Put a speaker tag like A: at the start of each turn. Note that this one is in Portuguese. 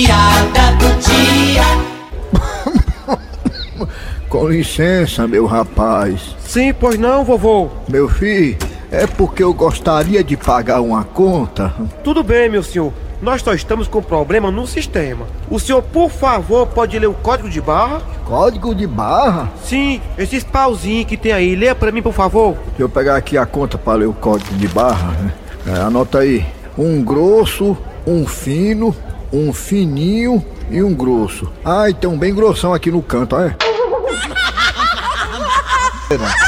A: piada do dia.
B: Com licença, meu rapaz.
C: Sim, pois não, vovô.
B: Meu filho, é porque eu gostaria de pagar uma conta.
C: Tudo bem, meu senhor. Nós só estamos com problema no sistema. O senhor, por favor, pode ler o código de barra?
B: Código de barra?
C: Sim, esses pauzinhos que tem aí. Lê pra mim, por favor.
B: Deixa eu pegar aqui a conta para ler o código de barra. né? É, anota aí. Um grosso, um fino, um fininho e um é. grosso. Ah, e tem um bem grossão aqui no canto, olha.